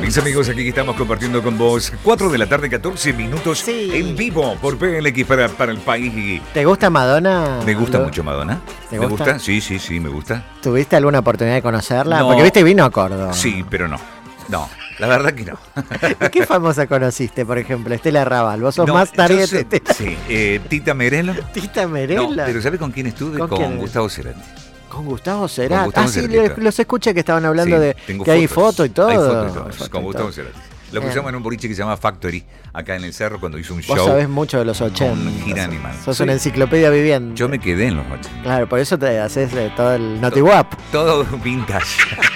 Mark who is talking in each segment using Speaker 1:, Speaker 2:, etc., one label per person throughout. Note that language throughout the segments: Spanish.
Speaker 1: Mis amigos, aquí estamos compartiendo con vos 4 de la tarde, 14 minutos
Speaker 2: Sí.
Speaker 1: en vivo por PLX para, para el país. y-
Speaker 2: ¿Te gusta Madonna?
Speaker 1: Me gusta
Speaker 2: Lo-
Speaker 1: mucho Madonna.
Speaker 2: ¿Te
Speaker 1: ¿Me
Speaker 2: gusta?
Speaker 1: gusta? Sí, sí, sí, me gusta.
Speaker 2: ¿Tuviste alguna oportunidad de conocerla?
Speaker 1: No.
Speaker 2: Porque viste, vino a Córdoba.
Speaker 1: Sí, pero no. No, la verdad que no.
Speaker 2: ¿Y ¿Qué famosa conociste, por ejemplo? Estela Raval. Vos sos
Speaker 1: No,
Speaker 2: más
Speaker 1: yo
Speaker 2: target
Speaker 1: sé-
Speaker 2: de
Speaker 1: Sí, eh, Tita Merelo.
Speaker 2: Tita Merela.
Speaker 1: No, pero ¿sabes con quién estuve?
Speaker 2: ¿Con
Speaker 1: Con,
Speaker 2: quién?
Speaker 1: Gustavo Cerati.
Speaker 2: Con Gustavo Cerati.
Speaker 1: Gustavo
Speaker 2: ah, sí,
Speaker 1: Cerati,
Speaker 2: le- los escuché que estaban hablando
Speaker 1: Sí,
Speaker 2: de que
Speaker 1: tengo
Speaker 2: hay foto y todo.
Speaker 1: Hay foto y todo,
Speaker 2: Hay foto
Speaker 1: con
Speaker 2: y
Speaker 1: Gustavo
Speaker 2: todo.
Speaker 1: Cerati. Lo
Speaker 2: Bien.
Speaker 1: pusimos en un boliche que se llama Factory, acá en el cerro, cuando hizo un
Speaker 2: Vos
Speaker 1: show.
Speaker 2: sabés mucho de los
Speaker 1: con
Speaker 2: 80.
Speaker 1: Gira Animal.
Speaker 2: Sos
Speaker 1: Sí.
Speaker 2: una enciclopedia viviente.
Speaker 1: Yo me quedé en los 80.
Speaker 2: Claro, por eso te haces eh, todo el notiwap.
Speaker 1: Todo vintage.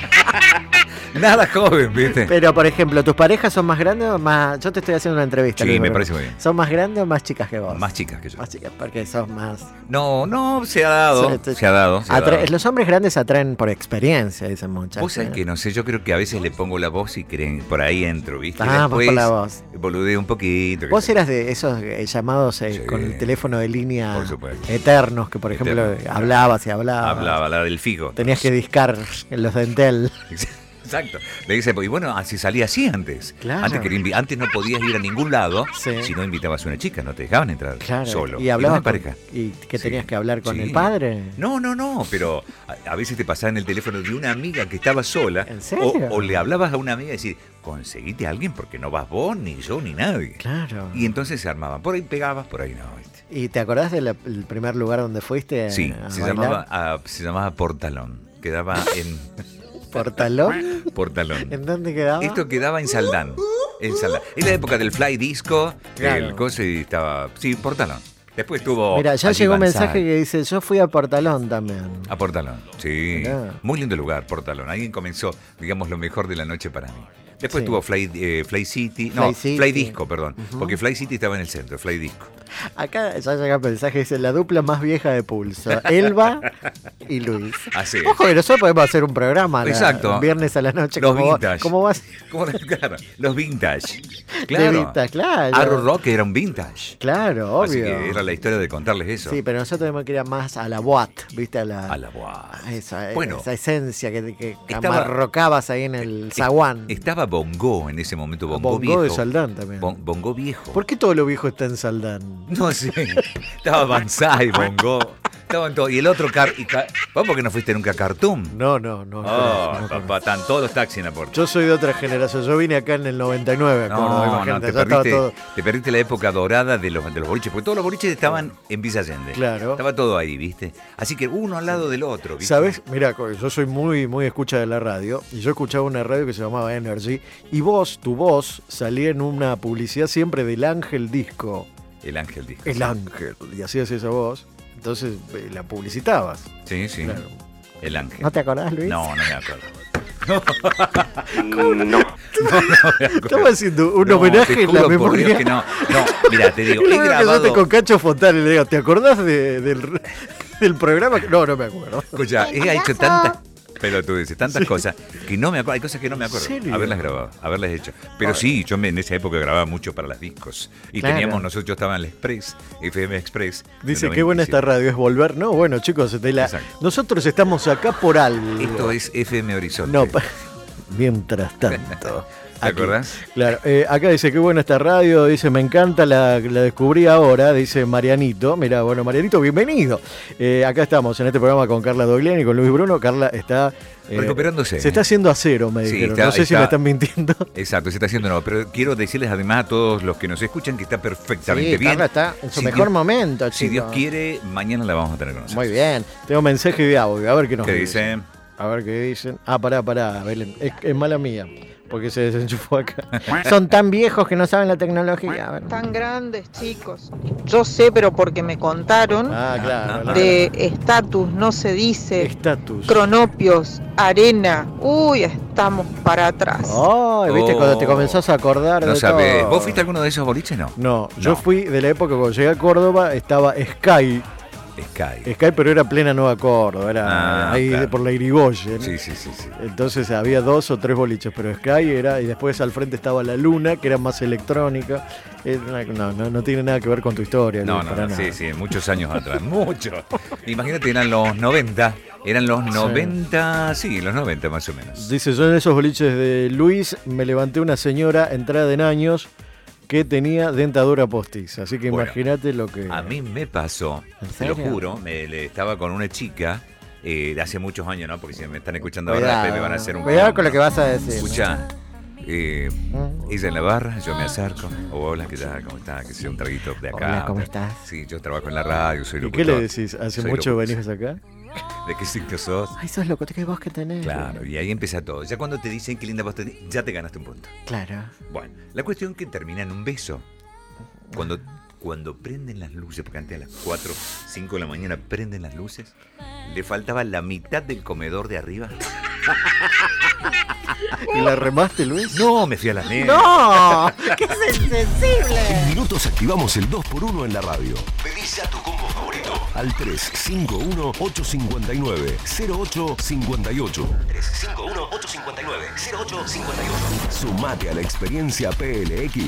Speaker 1: Nada joven, ¿viste?
Speaker 2: Pero, por ejemplo, ¿tus parejas son más grandes o más...? Yo te estoy haciendo una entrevista.
Speaker 1: Sí,
Speaker 2: Luis
Speaker 1: me
Speaker 2: Barrio.
Speaker 1: parece muy bien.
Speaker 2: ¿Son más grandes o más chicas que vos?
Speaker 1: Más chicas que yo.
Speaker 2: Más chicas, porque sos más...
Speaker 1: No, no, se ha dado.
Speaker 2: Este-
Speaker 1: Se ha dado. se ha
Speaker 2: Atra-
Speaker 1: dado.
Speaker 2: Los hombres grandes atraen por experiencia, dicen ¿eh? muchas.
Speaker 1: Vos sabés que no sé, yo creo que a veces le pongo la voz y creen, por ahí entro, ¿viste?
Speaker 2: Ah, vos
Speaker 1: Después
Speaker 2: por la voz.
Speaker 1: Boludeo un poquito. qué
Speaker 2: Vos
Speaker 1: sé yo.
Speaker 2: eras de esos eh, llamados eh,
Speaker 1: Sí.
Speaker 2: con el teléfono de línea
Speaker 1: Por supuesto.
Speaker 2: eternos, que por ejemplo
Speaker 1: Eterno.
Speaker 2: hablabas y hablabas.
Speaker 1: Hablaba, la del fijo.
Speaker 2: Tenías que discar en los dentel.
Speaker 1: Exacto. Le dice, y bueno, así salía así antes.
Speaker 2: Claro.
Speaker 1: Antes, quería invi- antes no podías ir a ningún lado
Speaker 2: Sí.
Speaker 1: si no invitabas a una chica, no te dejaban entrar
Speaker 2: Claro.
Speaker 1: solo.
Speaker 2: Y hablabas.
Speaker 1: en
Speaker 2: con-
Speaker 1: pareja.
Speaker 2: y que
Speaker 1: Sí.
Speaker 2: tenías que hablar con
Speaker 1: Sí.
Speaker 2: el padre.
Speaker 1: No, no, no, pero a, a veces te pasaba en el teléfono de una amiga que estaba sola.
Speaker 2: ¿En serio?
Speaker 1: O, o le hablabas a una amiga y decís, conseguite a alguien porque no vas vos, ni yo, ni nadie.
Speaker 2: Claro.
Speaker 1: Y entonces se armaban. Por ahí pegabas, por ahí no. ¿viste?
Speaker 2: ¿Y te acordás del el primer lugar donde fuiste?
Speaker 1: Sí,
Speaker 2: Eh, a
Speaker 1: se
Speaker 2: bailar?
Speaker 1: llamaba, ah, se llamaba Portalón. Quedaba en
Speaker 2: ¿Portalón?
Speaker 1: Portalón.
Speaker 2: ¿En dónde quedaba?
Speaker 1: Esto quedaba en Saldán. En Saldán. Es la época del fly disco,
Speaker 2: Claro.
Speaker 1: el coso y estaba. Sí, Portalón. Después tuvo.
Speaker 2: Mira, ya
Speaker 1: Ali
Speaker 2: llegó un
Speaker 1: Banzai.
Speaker 2: mensaje que dice, yo fui a Portalón también.
Speaker 1: A Portalón, sí.
Speaker 2: Mirá.
Speaker 1: Muy lindo lugar, Portalón. Ahí comenzó, digamos, lo mejor de la noche para mí. Después
Speaker 2: Sí.
Speaker 1: tuvo Fly, eh, Fly City. No,
Speaker 2: Fly
Speaker 1: Fly,
Speaker 2: City.
Speaker 1: Disco, perdón. Porque Fly City estaba en el centro, Fly Disco.
Speaker 2: Acá ya llega el mensaje, dice la dupla más vieja de pulso, Elba y Luis.
Speaker 1: Así es.
Speaker 2: Ojo, que nosotros podemos hacer un programa. la-
Speaker 1: Exacto.
Speaker 2: un viernes a la noche.
Speaker 1: Los
Speaker 2: como, vos-
Speaker 1: vintage.
Speaker 2: como vas?
Speaker 1: ¿Cómo no? Claro, los vintage. Claro.
Speaker 2: vintage, claro.
Speaker 1: Arrow Rock era un vintage.
Speaker 2: Claro,
Speaker 1: Así
Speaker 2: obvio.
Speaker 1: que era la historia de contarles eso.
Speaker 2: Sí, pero nosotros tenemos que ir a más a la boat, ¿viste? A la,
Speaker 1: A la boa.
Speaker 2: a esa,
Speaker 1: Bueno.
Speaker 2: esa esencia que, que
Speaker 1: Estaba-
Speaker 2: amarrocabas ahí en el zaguán. Ah,
Speaker 1: Estaba Bongo en ese momento, Bongo,
Speaker 2: Bongo
Speaker 1: viejo.
Speaker 2: de Saldán también.
Speaker 1: Bon- bongo viejo.
Speaker 2: ¿Por qué todo lo viejo está en Saldán?
Speaker 1: No sé. Estaba Banzai, Bongo. Estaban todos. Y el otro car. Y ca- ¿Vos por qué no fuiste nunca a Cartoon?
Speaker 2: No, no, no. no,
Speaker 1: Oh,
Speaker 2: no, no.
Speaker 1: papá, están todos los taxis en la puerta.
Speaker 2: Yo soy de otra generación. Yo vine acá en el 99, a Córdoba,
Speaker 1: No, no,
Speaker 2: imagínate,
Speaker 1: te
Speaker 2: ya estaba
Speaker 1: perdiste,
Speaker 2: todo-
Speaker 1: te perdiste la época dorada de los, de los boliches, porque todos los boliches estaban en Villa Allende.
Speaker 2: Claro.
Speaker 1: Estaba todo ahí, ¿viste? Así que uno al lado del otro, ¿viste?
Speaker 2: ¿Sabes? Mira, yo soy muy, muy escucha de la radio y yo escuchaba una radio que se llamaba Energy y vos, tu voz, salía en una publicidad siempre del Ángel Disco.
Speaker 1: El ángel dijo.
Speaker 2: El Ángel. Y hacías esa voz. Entonces eh, la publicitabas.
Speaker 1: Sí, sí.
Speaker 2: Claro.
Speaker 1: El ángel.
Speaker 2: ¿No te acordás, Luis?
Speaker 1: No, no me acuerdo.
Speaker 2: Estaba haciendo un
Speaker 1: No,
Speaker 2: homenaje
Speaker 1: te
Speaker 2: en la
Speaker 1: juro por Dios
Speaker 2: memoria.
Speaker 1: que no. No, mira, te digo,
Speaker 2: Y lo
Speaker 1: he
Speaker 2: veo que yo te
Speaker 1: grabado.
Speaker 2: con Cacho Fontana y le digo, ¿te acordás de- del, del programa? que-?" No, no me acuerdo.
Speaker 1: Escucha, he hecho tantas pelotudeces, tantas cosas que no me acuerdo. Hay cosas que no me acuerdo.
Speaker 2: ¿En serio? Ah.
Speaker 1: Haberlas grabado, haberlas hecho. Pero sí, yo me- en esa época grababa mucho para las discos. Y
Speaker 2: Claro.
Speaker 1: teníamos, nosotros, yo estaba en la Express, FM Express. del
Speaker 2: Dice, qué buena
Speaker 1: 97.
Speaker 2: esta radio es volver. No, bueno, chicos, de la-
Speaker 1: Exacto.
Speaker 2: nosotros estamos acá por algo.
Speaker 1: Esto es FM Horizonte.
Speaker 2: No, pa- mientras tanto.
Speaker 1: ¿Te
Speaker 2: Aquí.
Speaker 1: acordás?
Speaker 2: Claro, eh, acá dice qué buena esta radio, dice me encanta, la, la descubrí ahora, dice Marianito. Mira, bueno, Marianito, bienvenido. Eh, acá estamos en este programa con Carla Dogliani y con Luis Bruno. Carla está. eh,
Speaker 1: Recuperándose.
Speaker 2: Se está haciendo a cero, me
Speaker 1: Sí,
Speaker 2: dijeron.
Speaker 1: está-
Speaker 2: no sé si
Speaker 1: está-
Speaker 2: me están mintiendo.
Speaker 1: Exacto, se está haciendo nuevo. Pero quiero decirles además a todos los que nos escuchan que está perfectamente bien. Si Dios-
Speaker 2: momento,
Speaker 1: Si Dios quiere, mañana la vamos a tener con nosotros.
Speaker 2: Muy bien. Tengo mensaje de audio, a ver qué nos
Speaker 1: ¿Qué dice?
Speaker 2: A ver qué dicen. Ah, pará, pará, Belén. Es, es mala mía, porque se desenchufó acá. Son tan viejos que no saben la tecnología. A ver. Ah,
Speaker 3: Tan grandes, chicos. Yo sé, pero porque me contaron
Speaker 2: Ah, claro. la-
Speaker 3: de estatus, no se dice,
Speaker 2: Estatus.
Speaker 3: cronopios, arena. Uy, estamos para atrás.
Speaker 2: Ay, viste,
Speaker 1: Oh.
Speaker 2: cuando te comenzás a acordar
Speaker 1: No
Speaker 2: de
Speaker 1: sabes.
Speaker 2: todo.
Speaker 1: ¿Vos fuiste a alguno de esos boliches? No.
Speaker 2: No, yo
Speaker 1: No.
Speaker 2: fui de la época cuando llegué a Córdoba, estaba Sky,
Speaker 1: Sky.
Speaker 2: Sky, pero era plena Nueva Córdoba, era
Speaker 1: Ah,
Speaker 2: ahí
Speaker 1: claro.
Speaker 2: de- por la Irigoyen.
Speaker 1: Sí, sí, sí, sí.
Speaker 2: Entonces había dos o tres boliches, pero Sky era, y después al frente estaba la Luna, que era más electrónica. Era una- No, no, no tiene nada que ver con tu historia.
Speaker 1: No,
Speaker 2: Luis,
Speaker 1: no,
Speaker 2: para
Speaker 1: no, sí,
Speaker 2: nada.
Speaker 1: sí, muchos años atrás, muchos. Imagínate, eran los 90, eran los 90, sí, los 90 más o menos.
Speaker 2: Dice, yo en esos boliches de Luis me levanté una señora entrada en años que tenía dentadura postiza. Así que
Speaker 1: Bueno.
Speaker 2: imagínate lo que...
Speaker 1: A mí me pasó,
Speaker 2: ¿En
Speaker 1: te lo
Speaker 2: serio?
Speaker 1: juro, me, le- estaba con una chica eh, de hace muchos años, ¿no? Porque si me están escuchando ahora,
Speaker 4: Cuidado,
Speaker 1: después me van a hacer un...
Speaker 4: cuidado con lo que vas a decir. ¿no?
Speaker 1: Escucha,
Speaker 2: ¿Mm?
Speaker 1: ella en la barra, yo me acerco. Oh, hola, ¿qué tal? ¿Cómo estás? Que sea un traguito de acá.
Speaker 4: Hola, ¿cómo estás?
Speaker 1: Sí, yo trabajo en la radio, soy
Speaker 2: ¿Y
Speaker 1: locutor.
Speaker 2: qué le decís? ¿Hace
Speaker 1: Soy
Speaker 2: mucho
Speaker 1: locutor.
Speaker 2: venís acá?
Speaker 1: ¿De qué sitio sos?
Speaker 4: Ay, sos loco, qué voz que tenés.
Speaker 1: Claro, y ahí empieza todo. Ya cuando te dicen qué linda voz tenés, ya te ganaste un punto.
Speaker 4: Claro.
Speaker 1: Bueno, la cuestión que termina en un beso. Cuando, cuando prenden las luces, porque antes a las 4, 5 de la mañana prenden las luces, le faltaba la mitad del comedor de arriba.
Speaker 2: ¿Y la remaste, Luis?
Speaker 1: No, me fui a la nena.
Speaker 4: ¡No! ¡Qué sensible!
Speaker 5: En minutos activamos el 2x1 en la radio. Pedí ya tu combo favorito al 351-859-0858. 351-859-0858. Sumate a la experiencia PLX